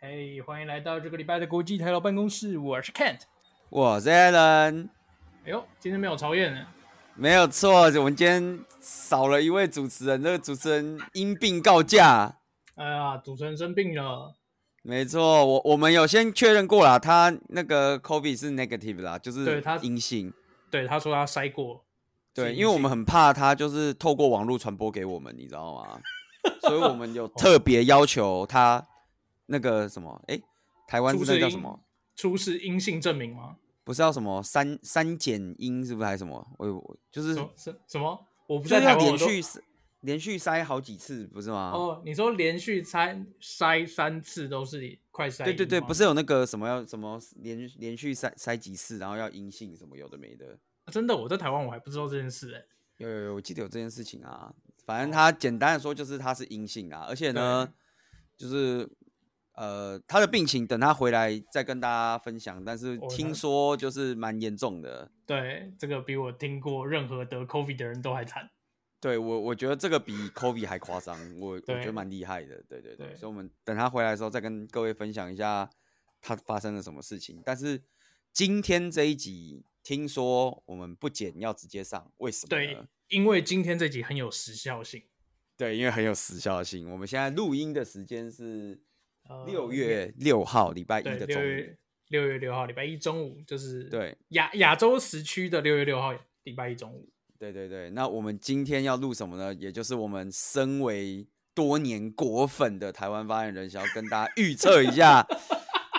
嘿欢迎来到这个礼拜的国际台劳办公室，我是 Kent。我是 Alan，哎呦，今天没有曹燕呢，没有错，我们今天少了一位主持人，这个主持人因病告假。哎呀，主持人生病了，没错，我我们有先确认过啦，他那个 COVID 是 negative 啦，就对是他阴性。对，他说他塞过，是对，阴因为我们很怕他就是透过网络传播给我们，你知 道吗？所以我们有特别要求他那个什么，哎、台湾出示是那叫阴什么？出示阴性证明吗？不是要什么三三减阴是不是还是什么？我我就是什么什什么？我不就在是台要湾，我连都续塞连续塞好几次，不是吗？哦，你说连续塞塞三次都是快塞对对对，阴吗不是有那个什么要什么连连续塞塞几次，然后要阴性什么有的没的。啊真的，我在台湾我还不知道这件事哎、有有有，我记得有这件事情啊。反正他简单的说就是他是阴性啊，而且呢，就是呃他的病情等他回来再跟大家分享，但是哦听他说就是蛮严重的。对，这个比我听过任何得 COVID 的人都还惨。对我，我觉得这个比 Kobe 还夸张，我我觉对得蛮厉害的，对对对，对所以我们等他回来的时候再跟各位分享一下他发生了什么事情。但是今天这一集，听说我们不剪要直接上，为什么对呢？，因为今天这集很有时效性。对，因为很有时效性。我们现在录音的时间是呃六月六号礼拜一对的六中午，月六月六号礼拜一中午，就是对亚亚洲时区的六月六号礼拜一中午。对对对。那我们今天要录什么呢？也就是我们身为多年果粉的台湾发言人，想要跟大家预测一 下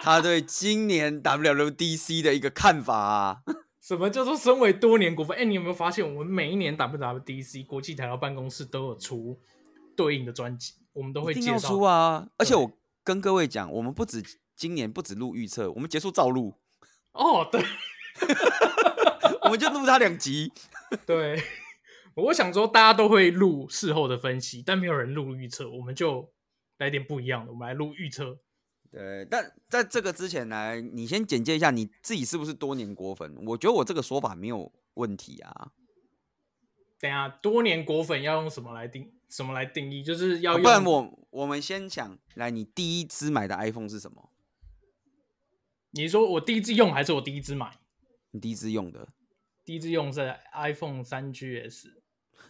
他对今年 WWDC 的一个看法、啊。什么叫做身为多年股份？哎、你有没有发现我们每一年 WWDC 国际台劳办公室都有出对应的专辑，我们都会一定介要绍输。啊！而且对我跟各位讲，我们不止今年不止录预测，我们结束照录，哦，对我们就录他两集。对， 我想说大家都会录事后的分析，但没有人录预测，我们就来点不一样的，我们来录预测。对，但在这个之前呢，你先简介一下你自己是不是多年果粉？我觉得我这个说法没有问题啊，等一下，多年果粉要用什么来定？什么来定义？就是要啊用、不然我我们先讲，来，你第一支买的 iPhone 是什么？你说我第一次用还是我第一次买？你第一支用的？第一次用是 iPhone 三 GS，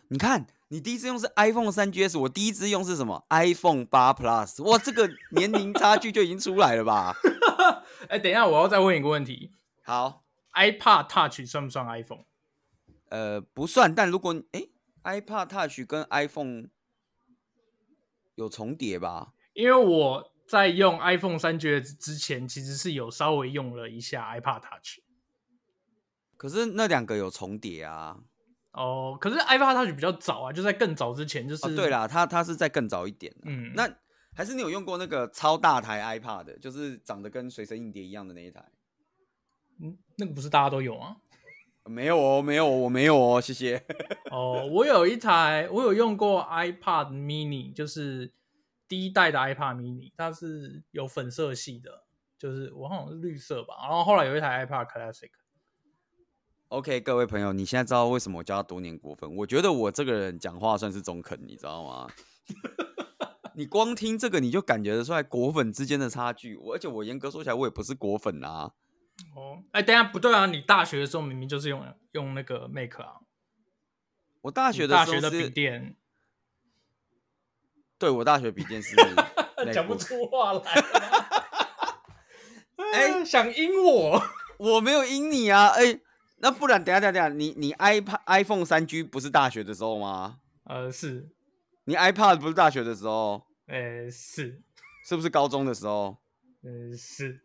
你看，你第一支用是 iPhone 三 GS，我第一支用是什么？iPhone 八 Plus，哇，这个年龄差距就已经出来了吧？ 哎、等一下，我要再问一个问题好， ，iPad Touch 算不算 iPhone？呃，不算，但如果哎、iPad Touch 跟 iPhone 有重叠吧？因为我在用 iPhone 三 GS 之前，其实是有稍微用了一下 iPad Touch。可是那两个有重叠啊。哦，可是 iPad Touch 比较早啊，就在更早之前，就是、哦，对，啦，它它是在更早一点啊、嗯，那还是你有用过那个超大台 iPad 的，就是长得跟随身硬碟一样的那一台？嗯那个不是大家都有啊？呃没有哦，没有哦，我没有哦，谢谢。 哦，我有一台，我有用过 iPad Mini，就是第一代的 iPad Mini，它是有粉色系的，就是我好像是绿色吧。然后后来有一台 iPad Classic， OK，各位朋友，你现在知道为什么我叫他多年果粉？我觉得我这个人讲话算是中肯，你知道吗？ 你光听这个你就感觉得出来果粉之间的差距，我而且我严格说起来，我也不是果粉啊。哦，哎，等一下不对啊！你大学的时候明明就是用用那个 Mac 啊，我大大学的大时学候的笔是，电，对我大学笔电是 Lego 哎 讲不出话来。哎， 哎想阴我？我没有阴你啊，哎、那不然等一下等一下等一下，你你 iPad iPhone 三 G 不是大学的时候吗？呃，是，你 iPad 不是大学的时候，呃，是，是不是高中的时候？呃，是，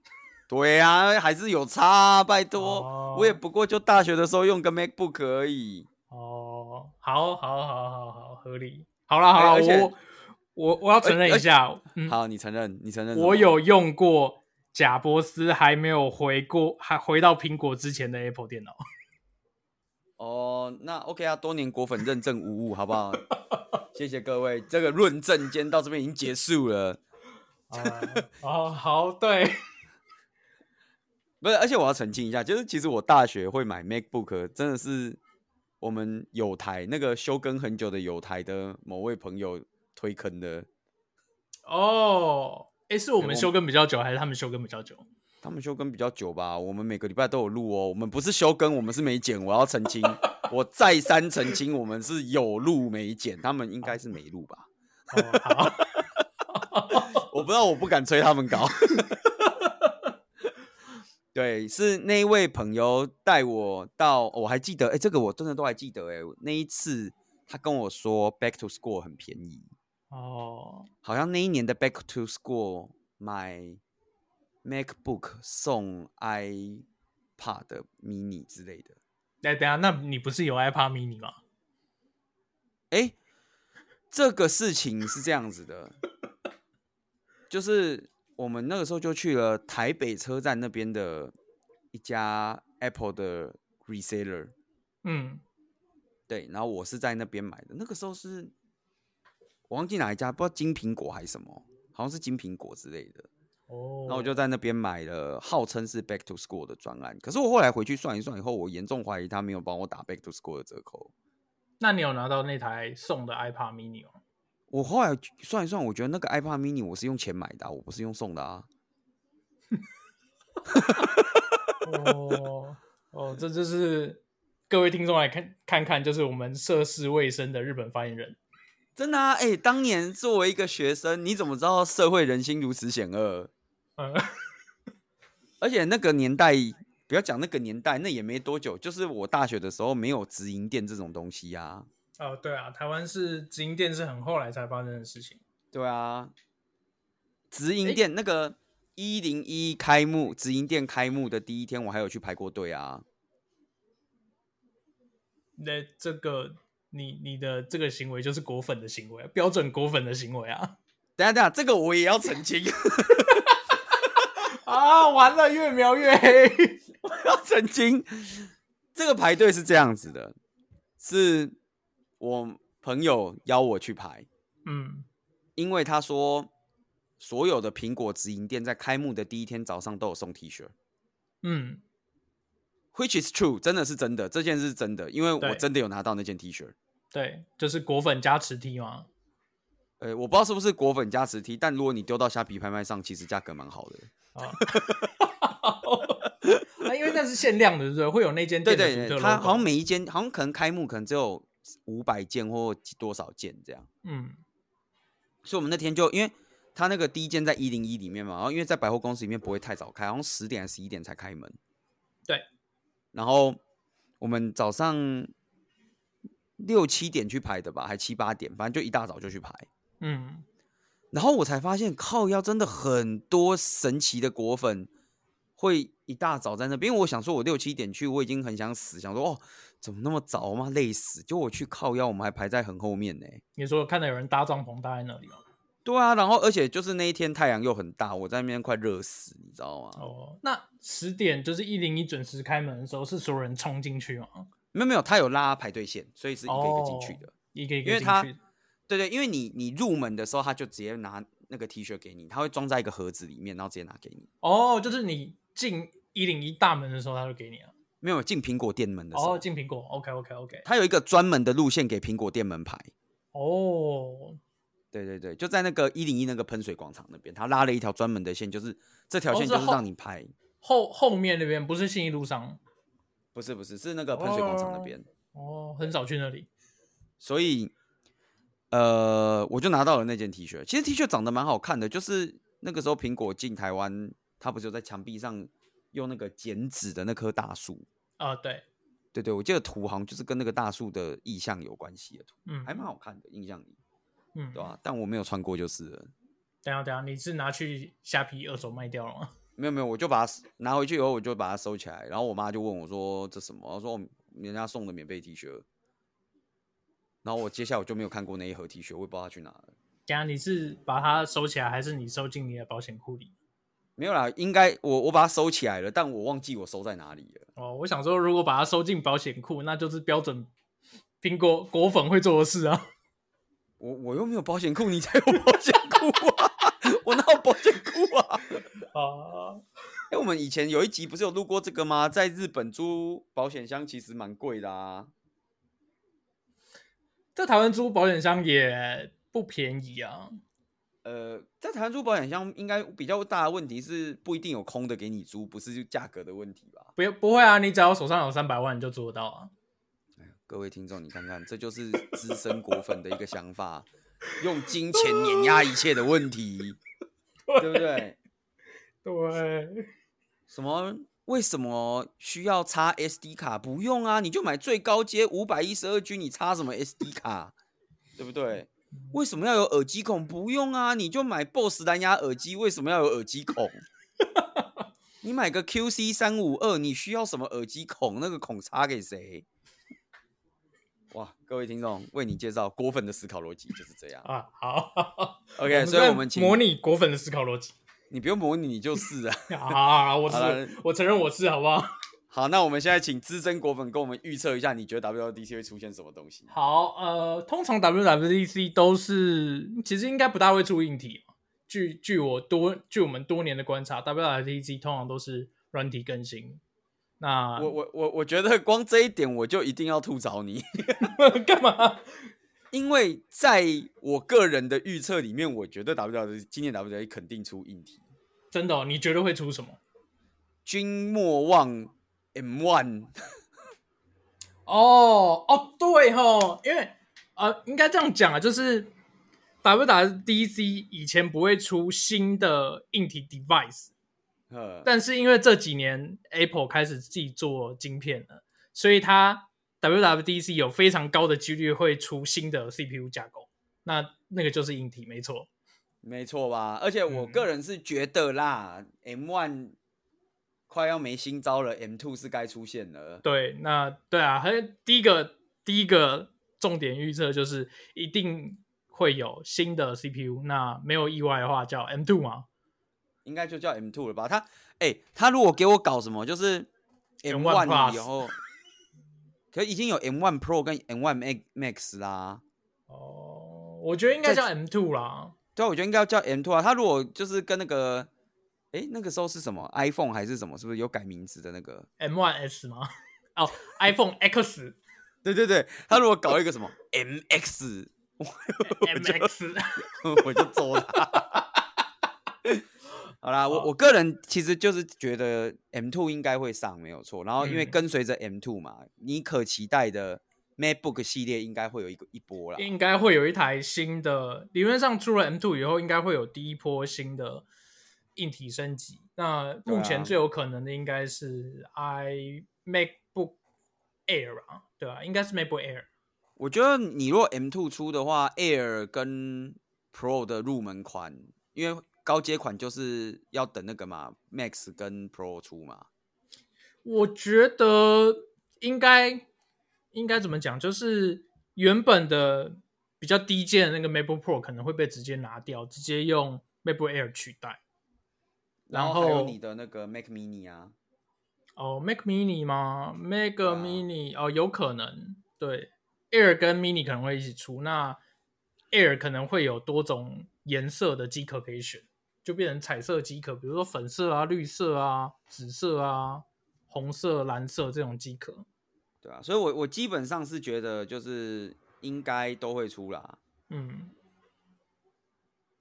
对啊，还是有差、啊，拜托，哦我也不过就大学的时候用个 MacBook 而已。哦，好，好，好，好，好，合理。好啦，好啦，哎而且我我我要承认一下，嗯，好，你承认，你承认什么，我有用过贾伯斯还没有回过，还回到苹果之前的 Apple 电 脑。哦，那 OK 啊，多年果粉认证无误，好不好？ 谢谢各位，这个论证间到这边已经结束了。啊，哦，好，对，不是，而且我要澄清一下，就是其实我大学会买 MacBook，真的是我们有台那个休更很久的有台的某位朋友推坑的。哦，哎、哎，是我们休更比较久，还是他们休更比较久？他们休更比较久吧，我们每个礼拜都有录哦。我们不是休更，我们是没剪。我要澄清，我再三澄清，我们是有录没剪，他们应该是没录吧？ 哦好，我不知道，我不敢催他们搞。对，是那一位朋友带我到，我还记得，哎、这个我真的都还记得，哎，那一次他跟我说 Back to School 很便宜，哦，好像那一年的 Back to School 买 MacBook 送 iPad mini 之类的。哎，等一下，那你不是有 iPad mini 吗？哎，这个事情是这样子的，就是我们那个时候就去了台北车站那边的一家 Apple 的 reseller，嗯，对，然后我是在那边买的，那个时候是我忘记哪一家，不知道金苹果还是什么，好像是金苹果之类的。哦，然后我就在那边买了号称是 Back to School 的专案，可是我后来回去算一算以后，我严重怀疑他没有帮我打 Back to School 的折扣。那你有拿到那台送的 iPad mini 哦吗？我后来去算一算，我觉得那个 iPad mini 我是用钱买的啊、我不是用送的啊。哦，哦，这就是各位听众来看看看，就是我们涉世未深的日本发言人。真的啊，哎、当年作为一个学生，你怎么知道社会人心如此险恶？嗯，而且那个年代，不要讲那个年代，那也没多久，就是我大学的时候没有直营店这种东西啊。 哦，对啊，台湾是直营店是很后来才发生的事情。对啊，直诶营店、那个一零一开幕，直营店开幕的第一天，我还有去排过队啊。那这个你你的这个行为就是果粉的行为，标准果粉的行为啊！ 等一下等一下，这个我也要澄清， 啊，完了，越描越黑。要澄清，这个排队是这样子的，是我朋友邀我去排，嗯，因为他说所有的苹果直营店在开幕的第一天早上都有送 T 恤嗯， ，which is true，真的是真的，这件事是真的，因为我对真的有拿到那件 T 恤。对，就是果粉加持 T 嘛。呃，我不知道是不是果粉加持 T，但如果你丢到虾皮拍卖上，其实价格蛮好的。 啊，啊因为那是限量的，对不对？会有那间对店的对独特对，它 logo 好像每一间，好像可能开幕可能只有五百件或几多少件这样。嗯所以我们那天就因为他那个第一间在一零一里面嘛，然后因为在百货公司里面不会太早开，好像十点十一点才开门。对。然后我们早上六七点去排的吧，还七八点，反正就一大早就去排。嗯，然后我才发现，靠腰真的很多神奇的果粉会一大早在那边。因为我想说，我六七点去，我已经很想死，想说哦，怎么那么早？我妈累死！就我去靠腰，我们还排在很后面呢。你说看到有人搭帐篷搭在那里吗？对啊，然后而且就是那一天太阳又很大，我在那边快热死，你知道吗？哦，那十点就是一零一准时开门的时候，是所有人冲进去吗？没有没有，他有拉排队线，所以是一个一个进去的。哦一个一因个为进他去。对对，因为你你入门的时候，他就直接拿那个 T 恤给你，他会装在一个盒子里面，然后直接拿给你。哦，就是你进一零一大门的时候，他就给你了。没有进苹果店门的时候，哦，进苹果，OK OK OK。他有一个专门的路线给苹果店门排。哦，对对对，就在那个一零一那个喷水广场那边，他拉了一条专门的线，就是这条哦线是就是后让你拍，后后面那边不是信义路上不是不是是那个喷水广场那哦边，哦，很少去那里。所以呃，我就拿到了那件 T 恤。其实 T 恤长得蛮好看的，就是那个时候苹果进台湾，它不是有在墙壁上用那个剪纸的那棵大树？啊，对，对对，我记得图好像就是跟那个大树的意象有关系的图，嗯，还蛮好看的，印象里，嗯，对吧、但我没有穿过就是了。等一下等一下，你是拿去虾皮二手卖掉了吗？ 没有没有，我就把它拿回去以后，我就把它收起来。然后我妈就问我说：“这什么？”我说：“哦人家送的免费 T 恤。”然后我接下来我就没有看过那一盒 T 恤，我也不知道它去哪了。等一下你是把它收起来，还是你收进你的保险库里？没有啦，应该我我把它收起来了，但我忘记我收在哪里了。哦，我想说，如果把它收进保险库，那就是标准苹果果粉会做的事 啊。我我又没有保险库，你才有保险库啊！ 我哪有保险库啊？啊，哎、我们以前有一集不是有录过这个吗？在日本租保险箱其实蛮贵的啊。在台湾租保险箱也不便宜啊。呃，在台湾租保险箱应该比较大的问题是不一定有空的给你租，不是就价格的问题吧？不不会啊，你只要手上有三百万，你就租得到啊。各位听众，你看看，这就是资深果粉的一个想法，用金钱碾压一切的问题，对不对？对，什么？为什么需要插 SD 卡？不用啊，你就买最高阶五百一十二 G，你插什么 SD 卡？ 对不对？为什么要有耳机孔？不用啊，你就买 BOSS 蓝牙耳机。为什么要有耳机孔？ 你买个 QC 三五二，你需要什么耳机孔？那个孔插给谁？哇，各位听众，为你介绍果粉的思考逻辑就是这 样。 啊，好 OK，所以我们们在请模拟果粉的思考逻辑。你不用模拟，你就是啊。好好好，我好了是我承认我是，好不好？好，那我们现在请资深果粉跟我们预测一下，你觉得 WDC 会出现什么东西？好，呃，通常 WWDC 都是其实应该不大会出硬体嘛。据据我多据我们多年的观察，WWDC 通常都是软体更新。那我我我我觉得光这一点我就一定要吐槽你， 干嘛？因为在我个人的预测里面，我觉得 WDC 今年 WDC 肯定出硬体，真的、哦，你觉得会出什么？君莫忘 M One， 哦哦，对吼，因为呃，应该这样讲啊，就是 WWDC 以前不会出新的硬体 device，呃，但是因为这几年 Apple 开始自己做晶片了，所以它 WWDC 有非常高的几率会出新的 CPU 架构，那那个就是硬体，没错。没错吧？而且我嗯个人是觉得啦、m One 快要没新招了，M Two 是该出现了。对，那对啊，还有第一个第一个重点预测就是一定会有新的 CPU，那没有意外的话叫 M2 嘛，应该就叫 M two 了吧？他哎、他如果给我搞什么，就是 M M1 one Plus 以后，可已经有 M one Pro 跟 M one Max 啦。哦，我觉得应该叫 M2 啦，对啊，我觉得应该要叫 M two 啊。他如果就是跟那个，哎、那个时候是什么 iPhone 还是什么，是不是有改名字的那个？ M1S 吗？哦，iPhone X 、对对对，他如果搞一个什么 MX， MX， 我就揍他。 好啦，我我个人其实就是觉得 M two 应该会上没有错，然后因为嗯跟随着 M two 嘛，你可期待的 MacBook 系列应该会有一个一波啦。应该会有一台新的，理论上出了 M2 以后，应该会有第一波新的硬体升级。那目对啊前最有可能的应该是 i MacBook Air 啊，对啊，应该是 MacBook Air。我觉得你如果 M two 出的话，Air 跟 Pro 的入门款，因为高阶款就是要等那个嘛 Max 跟 Pro 出嘛。我觉得应该应该怎么讲，就是原本的比较低阶的那个 MacBook Pro 可能会被直接拿掉，直接用 MacBook Air 取代。然后还有后你的那个 Mac Mini 啊，哦，Mac Mini 吗？Mac 啊 Mini、哦，有可能对，Air 跟 Mini 可能会一起出，那 Air 可能会有多种颜色的机壳可以选，就变成彩色机壳，比如说粉色啊、绿色啊、紫色啊、红色、蓝色这种机壳。对啊，所以我我基本上是觉得就是应该都会出啦。嗯，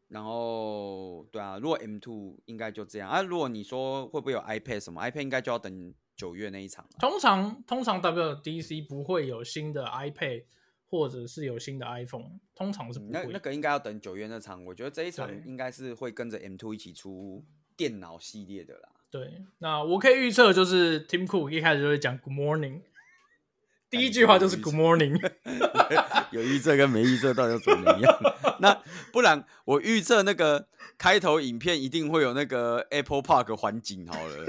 然后对啊，如果 M two 应该就这样啊。如果你说会不会有 iPad 什么，iPad 应该就要等九月那一场了。通常通常 WDC 不会有新的 iPad 或者是有新的 iPhone，通常是嗯不嗯那会。那个应该要等九月那场，我觉得这一场对应该是会跟着 M two 一起出电脑系列的啦。对，那我可以预测，就是 Tim Cook 一开始就会讲 Good morning，第一句话就是 Good morning。 有预测跟没预测到底有怎么样？那不然我预测那个开头影片一定会有那个 Apple Park 环景好了。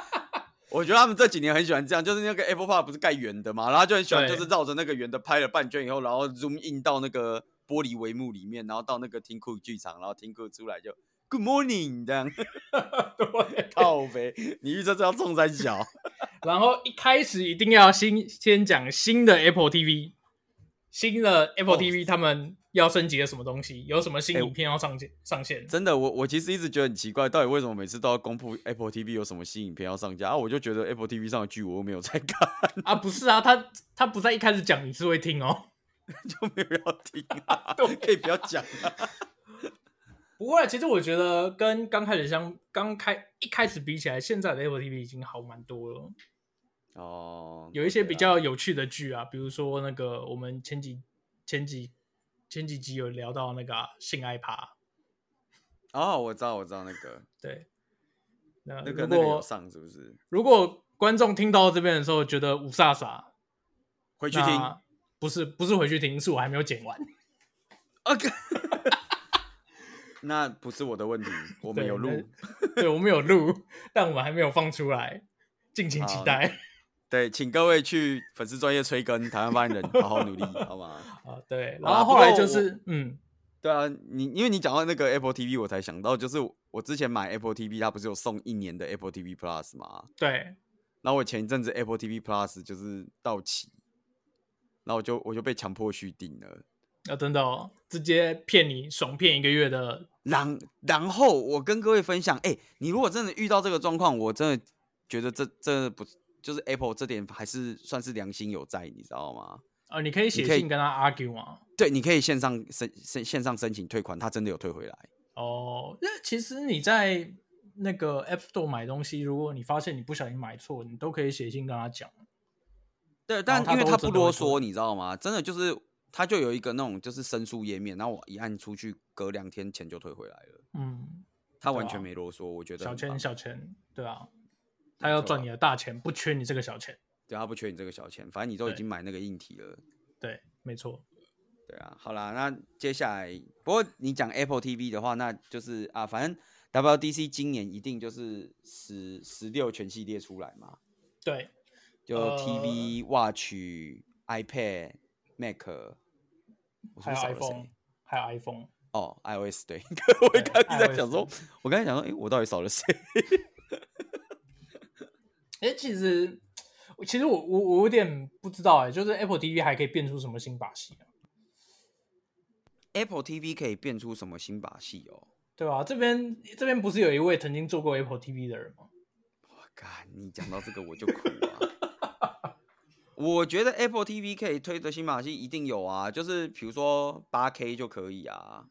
我觉得他们这几年很喜欢这样，就是那个 Apple Park 不是盖圆的嘛，然后就很喜欢就对是绕着那个圆的拍了半圈以后，然后 zoom in 到那个玻璃帷幕里面，然后到那个 t i n k 剧场，然后 t i n k 出来就 Good morning 这样。对，靠呗，你预测这要中三小。然后一开始一定要新先讲新的 Apple TV，新的 Apple 哦 TV 他们要升级了什么东西，有什么新哎影片要上线、上线。真的，我我其实一直觉得很奇怪，到底为什么每次都要公布 Apple TV 有什么新影片要上架啊？我就觉得 Apple TV 上的剧我又没有在看， 啊，不是啊，他他不在一开始讲，你是会听哦。 啊就没有要听啊，可以不要讲啊。不过其实我觉得跟刚开始相刚开一开始比起来，现在的 Apple TV 已经好蛮多了。哦， 有一些对比啊较有趣的剧啊，比如说那个我们前几前几前几集有聊到那个啊、性爱趴，哦，我知道，我知道那个对。那那如个果、那个有上是不是？如果观众听到这边的时候觉得五煞煞，回回去听。不是不是回去听，是我还没有剪完。 OK，那不是我的问题，我们对有录。对，我们有录，但我们还没有放出来，敬请期好待。 对，请各位去粉丝专业催更台湾发言人，好好努力，好吗？啊，对，好啦然后不后来过就我是，嗯，对啊，你因为你讲到那个 Apple TV，我才想到，就是我之前买 Apple TV，它不是有送一年的 Apple TV Plus 吗？对，然后我前一阵子 Apple TV Plus 就是到期，然后我就我就被强迫续订了。啊，真的哦，直接骗你爽骗一个月的，然然后我跟各位分享，哎、你如果真的遇到这个状况，我真的觉得这这不就是 Apple 这点还是算是良心有在，你知道吗？呃，你可以写你可以信跟他 argue 嘛。对，你可以线上申申线上申请退款，他真的有退回来。哦，那其实你在那个 App Store 买东西，如果你发现你不小心买错，你都可以写信跟他讲。对，但他因为都他真不的会啰退嗦，你知道吗？真的就是他就有一个那种就是申诉页面，然后我一按出去，隔两天钱就退回来了。嗯，他对完啊全没啰嗦，我觉得小很钱棒小钱，对啊，他要赚你的大钱，不缺你这个小钱。对他不缺你这个小钱，反正你都已对经买那个硬体了。对，没错。对啊，好啦，那接下来，不过你讲 Apple TV 的话，那就是啊，反正 WDC 今年一定就是十十六全系列出来嘛，对，就呃 TV、Watch、iPad、Mac，我还说有少了 iPhone，谁？还有 iPhone。哦，iOS 对， 我对刚刚在想 iOS 说，我刚才想说，诶，我到底少了谁？哎、其实，我其实我我我有点不知道哎、就是 Apple TV 还可以变出什么新把戏啊？ Apple TV 可以变出什么新把戏哦？对吧、这边这边不是有一位曾经做过 Apple TV 的人吗？我干，你讲到这个我就哭啊！我觉得 Apple TV 可以推的新把戏一定有啊，就是比如说八 K 就可以啊。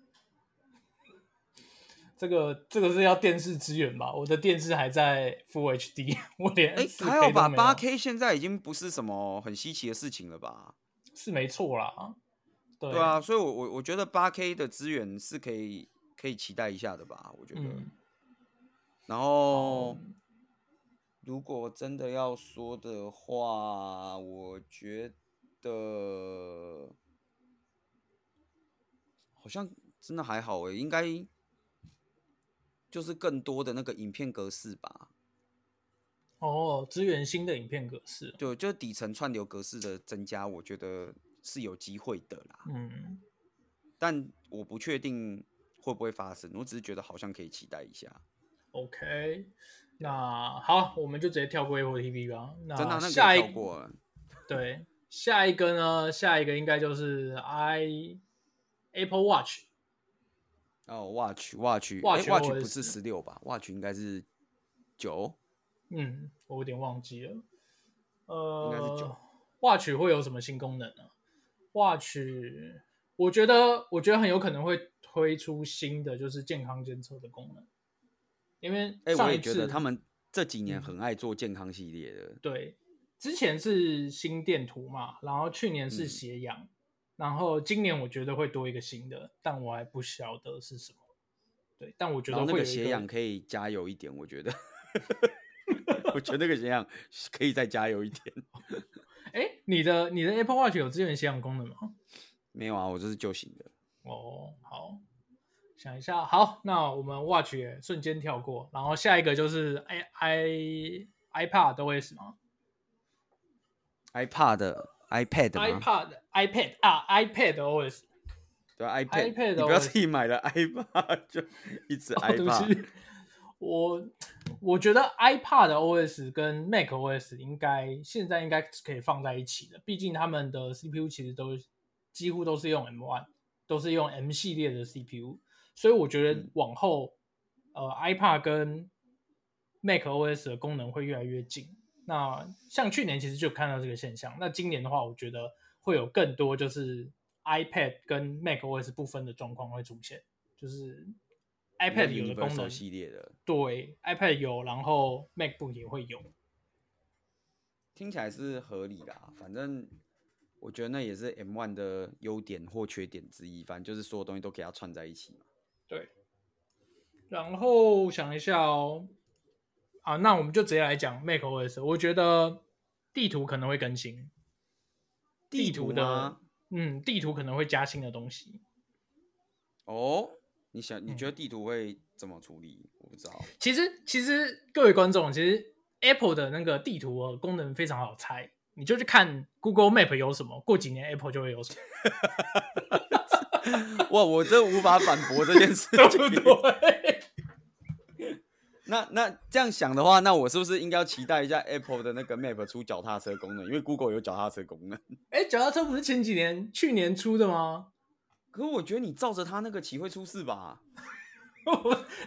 这个这个是要电视资源吧？我的电视还在 Full HD，我 连哎、 4K 还有吧，都没有八 K 现在已经不是什么很稀奇的事情了吧？是没错啦。对对，啊，所以我，我我觉得八 K 的资源是可以可以期待一下的吧，我觉得。嗯，然后，如果真的要说的话，我觉得好像真的还好诶、应该就是更多的那个影片格式吧，哦，支援新的影片格式，就就底层串流格式的增加，我觉得是有机会的啦，嗯，但我不确定会不会发生，我只是觉得好像可以期待一下。 OK，那好，我们就直接跳过 Apple TV 吧。那真的、那个啊下跳一过了，对，下一个呢？下一个应该就是 i Apple Watch。哦，Watch Watch，哎 Watch Watch 不 OS 是十六吧？Watch 应该是九，嗯，我有点忘记了。应该是呃九，Watch 会有什么新功能呢、w a t c h 我觉得，我觉得很有可能会推出新的，就是健康监测的功能。因为哎，上我一也觉得次他们这几年嗯很爱做健康系列的。对之前是心电图嘛，然后去年是嗯血氧，然后今年我觉得会多一个新的，但我还不晓得是什么。对，但我觉然得后会那有一个个血氧可以加油一点，我觉得， 我觉得那个血氧可以再加油一点。哎，你的你的 Apple Watch 有支援血氧功能吗？没有啊，我这是旧型的。哦，好，想一下，好，那我们 Watch 也瞬间跳过，然后下一个就是 i i iPad OS 吗 iPad、iPad 吗？ ？iPad iPad 啊 iPad OS，对啊，iPad， iPad 你不要我自己买了 iPad 就一直哦，对不 iPad。起，我我觉得 iPad OS 跟 Mac OS 应该现在应该是可以放在一起的，毕竟他们的 CPU 其实都几乎都是用 M1，都是用 M 系列的 CPU，所以我觉得嗯往后、呃 iPad 跟 Mac OS 的功能会越来越近。那像去年其实就有看到这个现象，那今年的话，我觉得会有更多就是 iPad 跟 Mac OS 不分的状况会出现，就是 iPad 有的功 Universal 能，系列的，对 iPad 有，然后 MacBook 也会有。听起来是合理啦。反正我觉得那也是 M One 的优点或缺点之一，反正就是所有东西都给它串在一起嘛。对，然后想一下哦，啊，那我们就直接来讲 macOS。我觉得地图可能会更新，地图的吗？，嗯，地图可能会加新的东西。哦，你想你觉得嗯地图会怎么处理？我不知道。其实，其实各位观众，其实 Apple 的那个地图哦功能非常好猜，你就去看 Google Map 有什么，过几年 Apple 就会有什 么，哇，我真无法反驳这件事 对不情。对？ 那那这样想的话，那我是不是应该要期待一下 Apple 的那个 Map 出脚踏车功能？因为 Google 有脚踏车功能。哎，脚踏车不是前几年、去年出的吗？可我觉得你照着它那个骑会出事吧？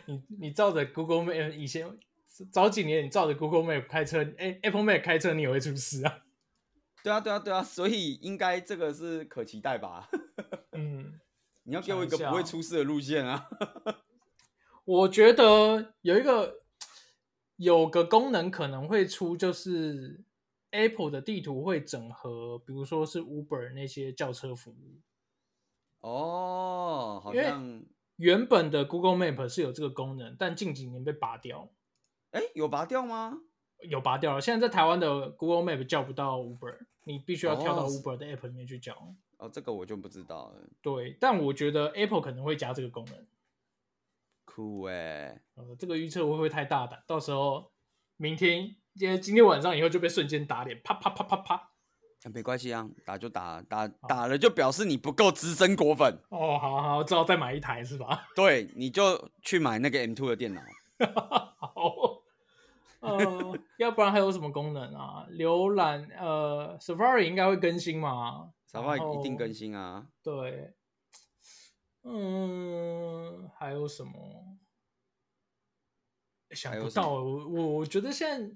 你你照着 Google Map 呃以前早几年你照着 Google Map 开车，哎，Apple Map 开车你也会出事啊。对啊，对啊，对啊，所以应该这个是可期待吧？ 嗯，你要给我一个想一下不会出事的路线啊！我觉得有一个有个功能可能会出，就是 Apple 的地图会整合，比如说是 Uber 那些轿车服务。哦，好因为像原本的 Google Map 是有这个功能，但近几年被拔掉，哎，有拔掉吗？有拔掉了。现在在台湾的 Google Map 叫不到 Uber，你必须要跳到哦 Uber 的 App 里面去叫。哦，这个我就不知道了。对，但我觉得 Apple 可能会加这个功能。酷哎，呃，这个预测会不会太大胆？到时候明天，今天今天晚上以后就被瞬间打脸，啪啪啪啪啪。没关系啊，打就打，打好打了就表示你不够资深果粉。哦，好好，之后再买一台是吧？ 对，你就去买那个 M2 的电脑。好，呃，要不然还有什么功能啊？浏览呃，Safari 应该会更新嘛 Safari 一定更新。新啊。对，嗯，还有什么？想还有不什么到，我我我觉得现在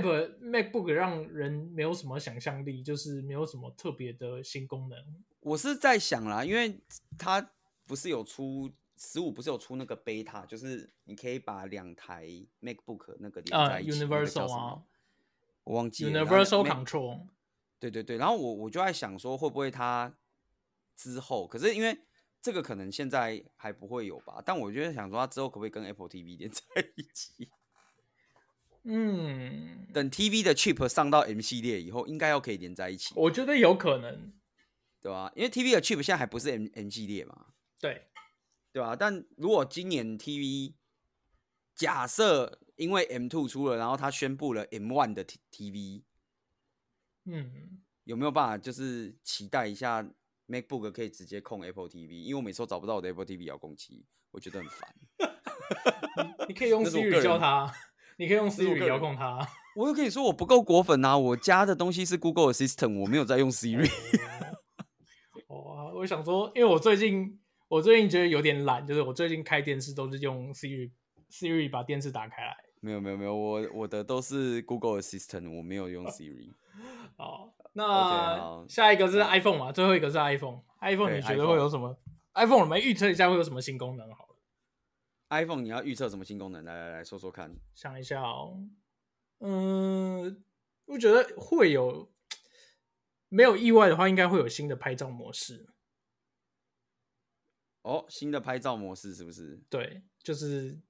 Map MacBook 让人没有什么想象力，就是没有什么特别的新功能。我是在想啦，因为它不是有出十五，不是有出那个 beta，就是你可以把两台 MacBook 那个连呃在一起、那个叫，Universal 什么啊我忘记了然后那 Universal Mac- Control，对对对，然后我我就在想说，会不会它之后，可是因为这个可能现在还不会有吧，但我就在想说，它之后可不可以跟 Apple TV 连在一起？ 嗯，等 TV 的 chip 上到 M 系列以后，应该要可以连在一起，我觉得有可能。对吧、因为 TV 的 chip 现在还不是 M M 系列嘛，对，对啊，但如果今年 TV 假设因为 M two 出了，然后他宣布了 M one 的 T- TV，嗯，有没有办法就是期待一下 MacBook 可以直接控 Apple TV？因为我每次都找不到我的 Apple TV 遥控器，我觉得很烦。你可以用那是我个 Siri 人叫它，你可以用是我个 Siri 人遥控它。 我又跟你说我不够果粉啊，我家的东西是 Google Assistant，我没有在用 Siri。 哦，我想说，因为我最近我最近觉得有点懒，就是我最近开电视都是用 Siri Siri 把电视打开来。 没有没有没有，我我的都是 Google Assistant，我没有用 Siri。哦，好那下一个是 iPhone 嘛，最后一个是 iPhone。iPhone 对你觉得 iPhone 会有什么？iPhone 我们预测一下会有什么新功能好了， iPhone 你要预测什么新功能？来来来说说看。想一下哦。嗯，我觉得会有，没有意外的话，应该会有新的拍照模式。哦，新的拍照模式是不是？对，就是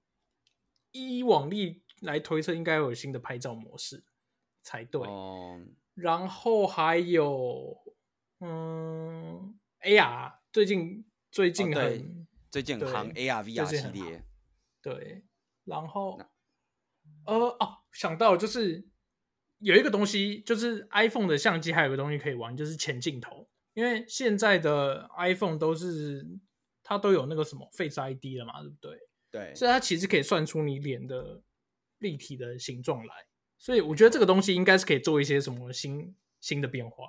依往例来推测，应该有新的拍照模式才对。哦，然后还有，嗯，AR 最近最近哦对很、最近很对行 AR 近 VR 很系行列，对然后呃哦，想到了就是有一个东西，就是 iPhone 的相机还有个东西可以玩，就是前镜头，因为现在的 iPhone 都是它都有那个什么 Face ID 了嘛，对不对？对，所以它其实可以算出你脸的立体的形状来。所以我觉得这个东西应该是可以做一些什么新新的变化，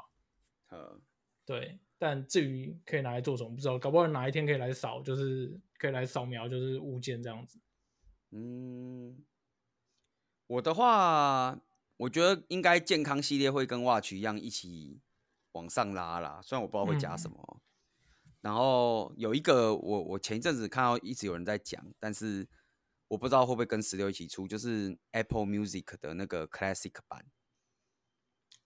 呃，对。但至于可以拿来做什么，不知道，搞不好哪一天可以来扫，就是可以来扫描，就是物件这样子。嗯，我的话，我觉得应该健康系列会跟 Watch 一样一起往上拉啦，虽然我不知道会加什么，然后有一个我我前一阵子看到一直有人在讲，但是我不知道会不会跟十六一起出，就是 Apple Music 的那个 Classic 版，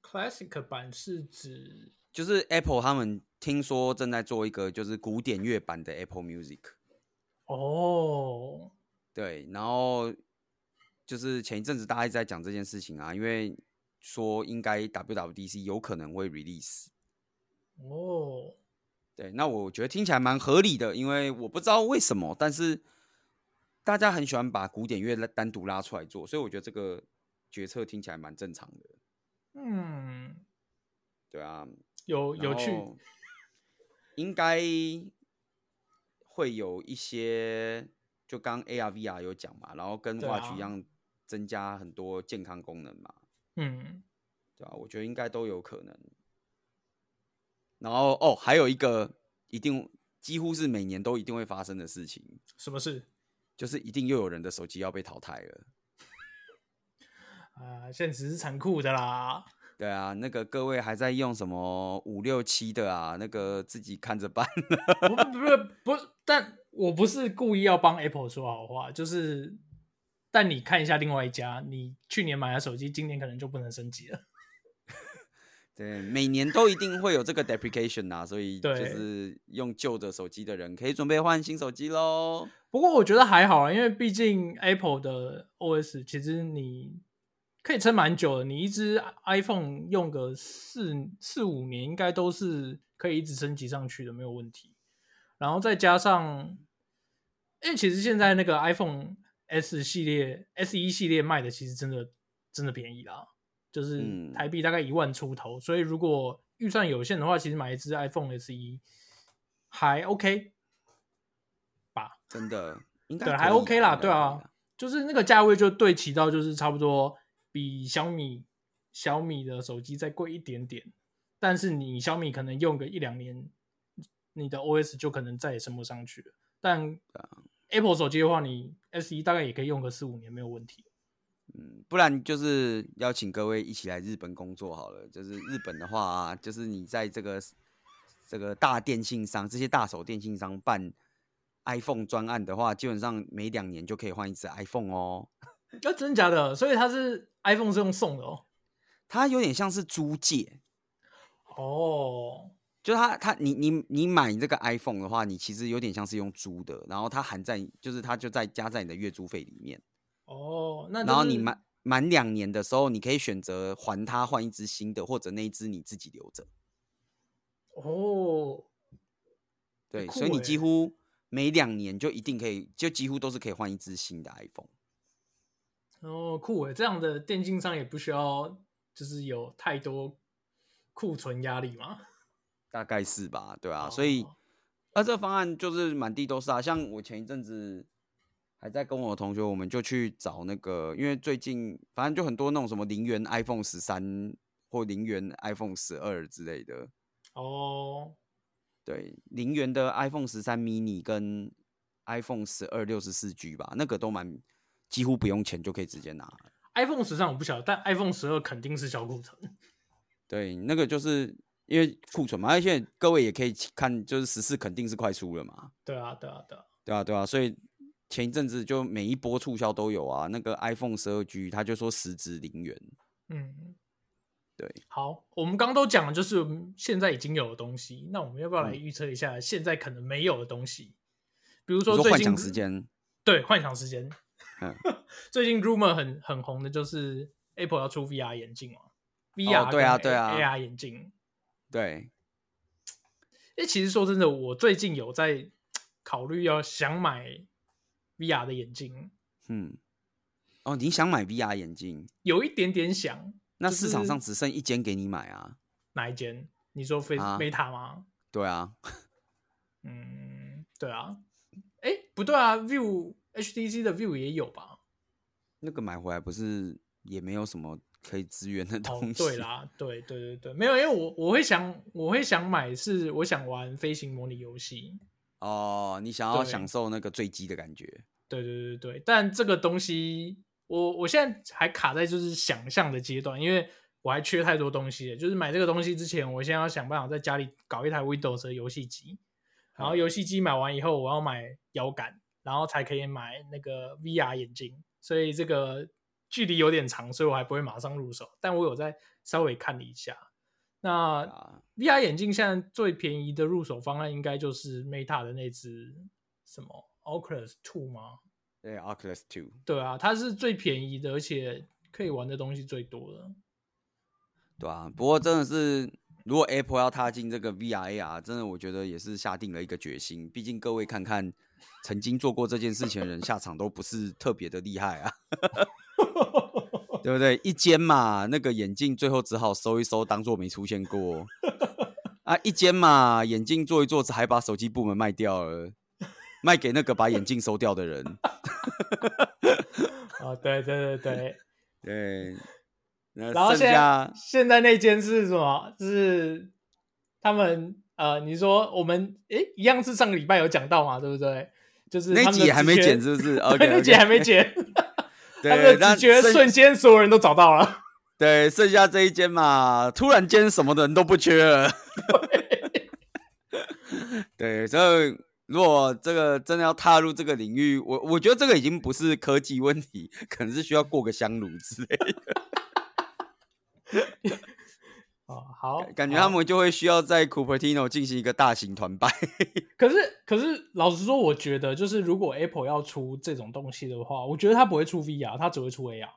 Classic 版是指就是 Apple 他们听说正在做一个就是古典乐版的 Apple Music，哦，对，然后就是前一阵子大家一直在讲这件事情啊，因为说应该 WWDC 有可能会 release，哦，对，那我觉得听起来蛮合理的，因为我不知道为什么，但是大家很喜欢把古典乐拉单独拉出来做，所以我觉得这个决策听起来蛮正常的。嗯，对啊，有然有趣， 后应该会有一些，就刚 AR VR 有讲嘛，然后跟对 Watch 啊一样增加很多健康功能嘛，嗯，对吧、我觉得应该都有可能。然后哦，还有一个一定几乎是每年都一定会发生的事情，什么事就是一定又有人的手机要被淘汰了。啊、现实是残酷的啦，对啊，那个各位还在用什么五六七的啊？那个自己看着办。 不不不不，但我不是故意要帮 Apple 说好话，就是，但你看一下另外一家，你去年买的手机，今年可能就不能升级了。对，每年都一定会有这个 deprecation 啊，所以就对是用旧的手机的人可以准备换新手机喽。不过我觉得还好啊，因为毕竟 Apple 的 OS 其实你可以撑蛮久的，你一只 iPhone 用个四四五年，应该都是可以一直升级上去的，没有问题。然后再加上，因为其实现在那个 iPhone S 系列、S 一系列卖的其实真的真的便宜啦，就是嗯台币大概一万出头，所以如果预算有限的话，其实买一只 iPhone S 一还 OK，真的，应该对，可还以 OK 啦，应对该可以啊啦，就是那个价位就对齐到就是差不多比小米小米的手机再贵一点点，但是你小米可能用个一两年，你的 OS 就可能再也升不上去了。但啊 Apple 手机的话，你 S 一大概也可以用个四五年没有问题。嗯，不然就是邀请各位一起来日本工作好了。就是日本的话、啊，就是你在这个这个大电信商、这些大手电信商办 iPhone 专案的话，基本上每两年就可以换一只 iPhone 哦。那、真的假的？所以它是 iPhone 是用送的哦。它有点像是租借，哦，就是它它你你你买这个 iPhone 的话，你其实有点像是用租的，然后它含在就是它就在加在你的月租费里面，哦，那、然后你满满两年的时候，你可以选择还它换一只新的，或者那一只你自己留着。哦，对，酷所以你欸几乎每两年就一定可以，就几乎都是可以换一只新的 iPhone。哦，酷诶，这样的电竞商也不需要，就是有太多库存压力嘛。大概是吧，对啊，所以哦那这个方案就是满地都是啊。像我前一阵子还在跟我的同学，我们就去找那个，因为最近反正就很多那种什么零元 iPhone 十三或零元 iPhone 十二之类的，哦，对，零元的 iPhone 十三 mini 跟 iPhone 十二六十四 G 吧，那个都蛮几乎不用钱就可以直接拿了 iPhone 十三我不晓得，但 iPhone 十二肯定是小库存。对，那个就是因为库存嘛，而且各位也可以去看，就是十四肯定是快出了嘛，对啊，对啊，对啊。对啊，对啊，所以前一阵子就每一波促销都有啊，那个 iPhone 十二 G 他就说十值零元，嗯，对，好，我们刚刚都讲了，就是现在已经有的东西，那我们要不嗯要来预测一下现在可能没有的东西？比如你说说最幻近想时，间，对，幻想时间。嗯 最近 rumor 很很红的就是 Apple 要出 VR 眼镜嘛，VR 哦对啊跟对啊 AR 眼镜，对，因为其实说真的，我最近有在考虑要想买 VR 的眼镜，嗯，哦，你想买 VR 眼镜，有一点点想那就市场上是只剩一间给你买啊，哪一间？你说 Face 啊 Meta 吗？对啊，嗯，对啊。哎，不对啊，View HTC 的 View 也有吧？哦那个买回来不是也没有什么可以支援的哦东，西，对啦，对对对对，没有，因为我我会想我会想买是我想玩飞行模拟游戏，哦，你想要对享受那个坠机的感觉，对对对对，但这个东西，我我现在还卡在就是想象的阶段，因为我还缺太多东西了。就是买这个东西之前，我先要想办法在家里搞一台 Windows 的游戏机，然后游戏机买完以后，我要买摇杆，然后才可以买那个 VR 眼镜，所以这个距离有点长，所以我还不会马上入手，但我有在稍微看了一下。那啊， VR 眼镜现在最便宜的入手方案应该就是 Meta 的那只什么 Oculus Two 吗？对，Oculus Two。对啊，它是最便宜的，而且可以玩的东西最多的。对啊，不过真的是，如果 Apple 要踏进这个 VR AR，真的我觉得也是下定了一个决心。毕竟各位看看，曾经做过这件事情的人下场都不是特别的厉害啊， 对不对？一间嘛，那个眼镜最后只好收一收，当做没出现过。啊，一间嘛，眼镜做一做，还把手机部门卖掉了，卖给那个把眼镜收掉的人。啊，对对对对，对，那然后剩现在下现在那间是什么？是他们呃，你说我们诶，一样是上个礼拜有讲到嘛，对不对？就是那他们一集的还职没缺剪，是不是 ？OK，对那集还没。剪，他对，们的那直觉剩瞬间所有人都找到了。对，剩下这一间嘛，突然间什么人都不缺了。对，所以如果这个真的要踏入这个领域，我我觉得这个已经不是科技问题，可能是需要过个香炉之类的，哦，好，感觉好他们就会需要在 Cupertino 进行一个大型团拜。可是，可是，老实说，我觉得就是如果 Apple 要出这种东西的话，我觉得它不会出 VR，它只会出 AR。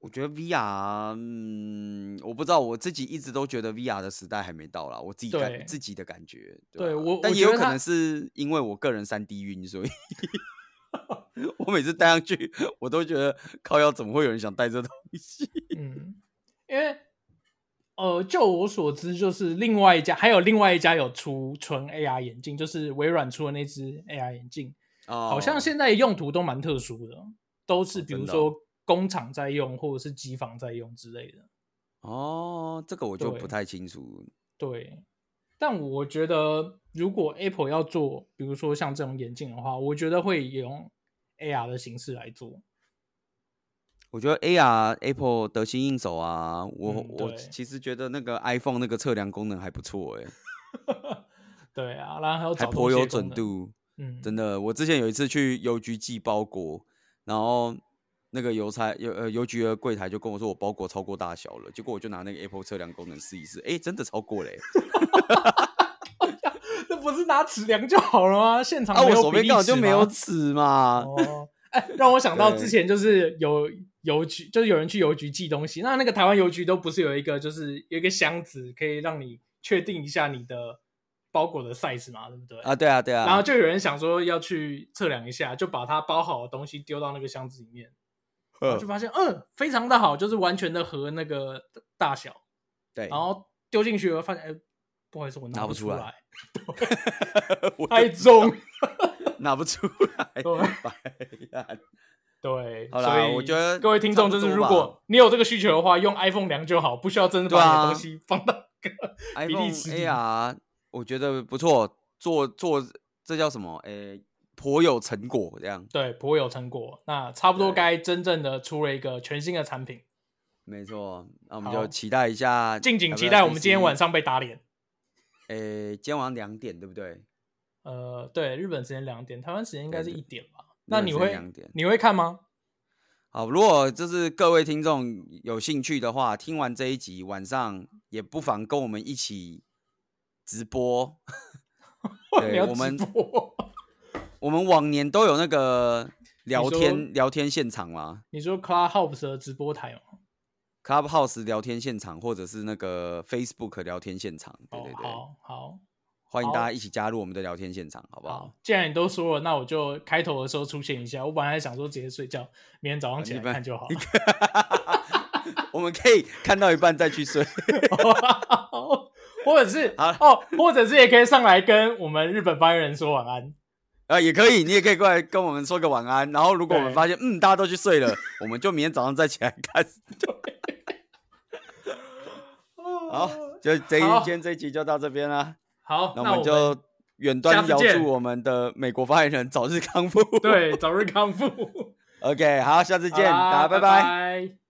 我觉得 VR，嗯，我不知道，我自己一直都觉得 VR 的时代还没到啦，我自己对感自己的感觉。对啊我但我也觉有得可它能是因为我个人三 D 晕，所以。 我每次戴上去，我都觉得靠腰怎么会有人想戴这东西？嗯，因为呃，就我所知，就是另外一家还有另外一家有出纯 AR 眼镜，就是微软出的那只 AR 眼镜，哦好像现在用途都蛮特殊的，都是哦比如真的说工厂在用，或者是机房在用之类的。哦，这个我就对不太清楚。对，但我觉得如果 Apple 要做，比如说像这种眼镜的话，我觉得会用 AR 的形式来做。我觉得 AR Apple 得心应手啊，我、嗯我对其实觉得那个 iPhone 那个测量功能还不错哎、对啊，然后还有还找东颇西的有功准能，度。嗯， 真的，我之前有一次去邮局寄包裹，然后那个邮差邮呃邮局的柜台就跟我说我包裹超过大小了，结果我就拿那个 Apple 测量功能试一试，哎、真的超过嘞、这不是拿尺量就好了吗？现场啊，没我有手比边例刚好就尺没有吗尺嘛，哦，哎，让我想到之对前就是有邮局，就是有人去邮局寄东西，那那个台湾邮局都不是有一个，就是有一个箱子可以让你确定一下你的包裹的 size 嘛，对不对？啊，对啊，对啊，然后就有人想说要去测量一下，就把它包好的东西丢到那个箱子里面，然后就呃发现嗯非常的好，就是完全的合那个大小，对，然后丢进去以后发现，哎，不好意思，我拿不不出来来，我太重，拿不出来，白烂对，好啦所以我觉得各位听众差就不多是吧如果你有这个需求的话，用 iPhone 量就好，不需要真的对把啊你的东西放到一个 iPhone 尺里 AR 我觉得不错，做做这叫什么？诶、颇有成果这样。对颇有成果，那差不多对该真正的出了一个全新的产品，没错，那我们好就期待一下，敬请期待我们今天晚上。上被打脸。诶、今天晚上两点对不对？呃，对，日本时间两点，台湾时间应该是对一点吧？那你日本时间会两点？你会看吗？好，如果就是各位听众有兴趣的话，听完这一集晚上也不妨跟我们一起直播。对 你要我直们播 我们往年都有那个聊说天聊天现场嘛你说 Clubhouse 的直播台吗？ ，Clubhouse 聊天现场，或者是那个 Facebook 聊天现场。对对对，哦，好好欢迎好大家一起加入我们的聊天现场，好不好？好，既然你都说了，那我就开头的时候出现一下。我本来想说直接睡觉，明天早上起来啊你本看就好 我们可以看到一半再去睡。了， 或者是好哦，或者是也可以上来跟我们日本发言人说晚安。啊，也可以，你也可以过来跟我们说个晚安。然后，如果我们对发现嗯大家都去睡了， 我们就明天早上再起来看。 好，就这一好今天这一集就到这边啦。好，那那我们就远端下遥次见祝我们的美国发言人早日康复。对早日康复。 ，OK，好，下次见，好啦大家拜拜拜拜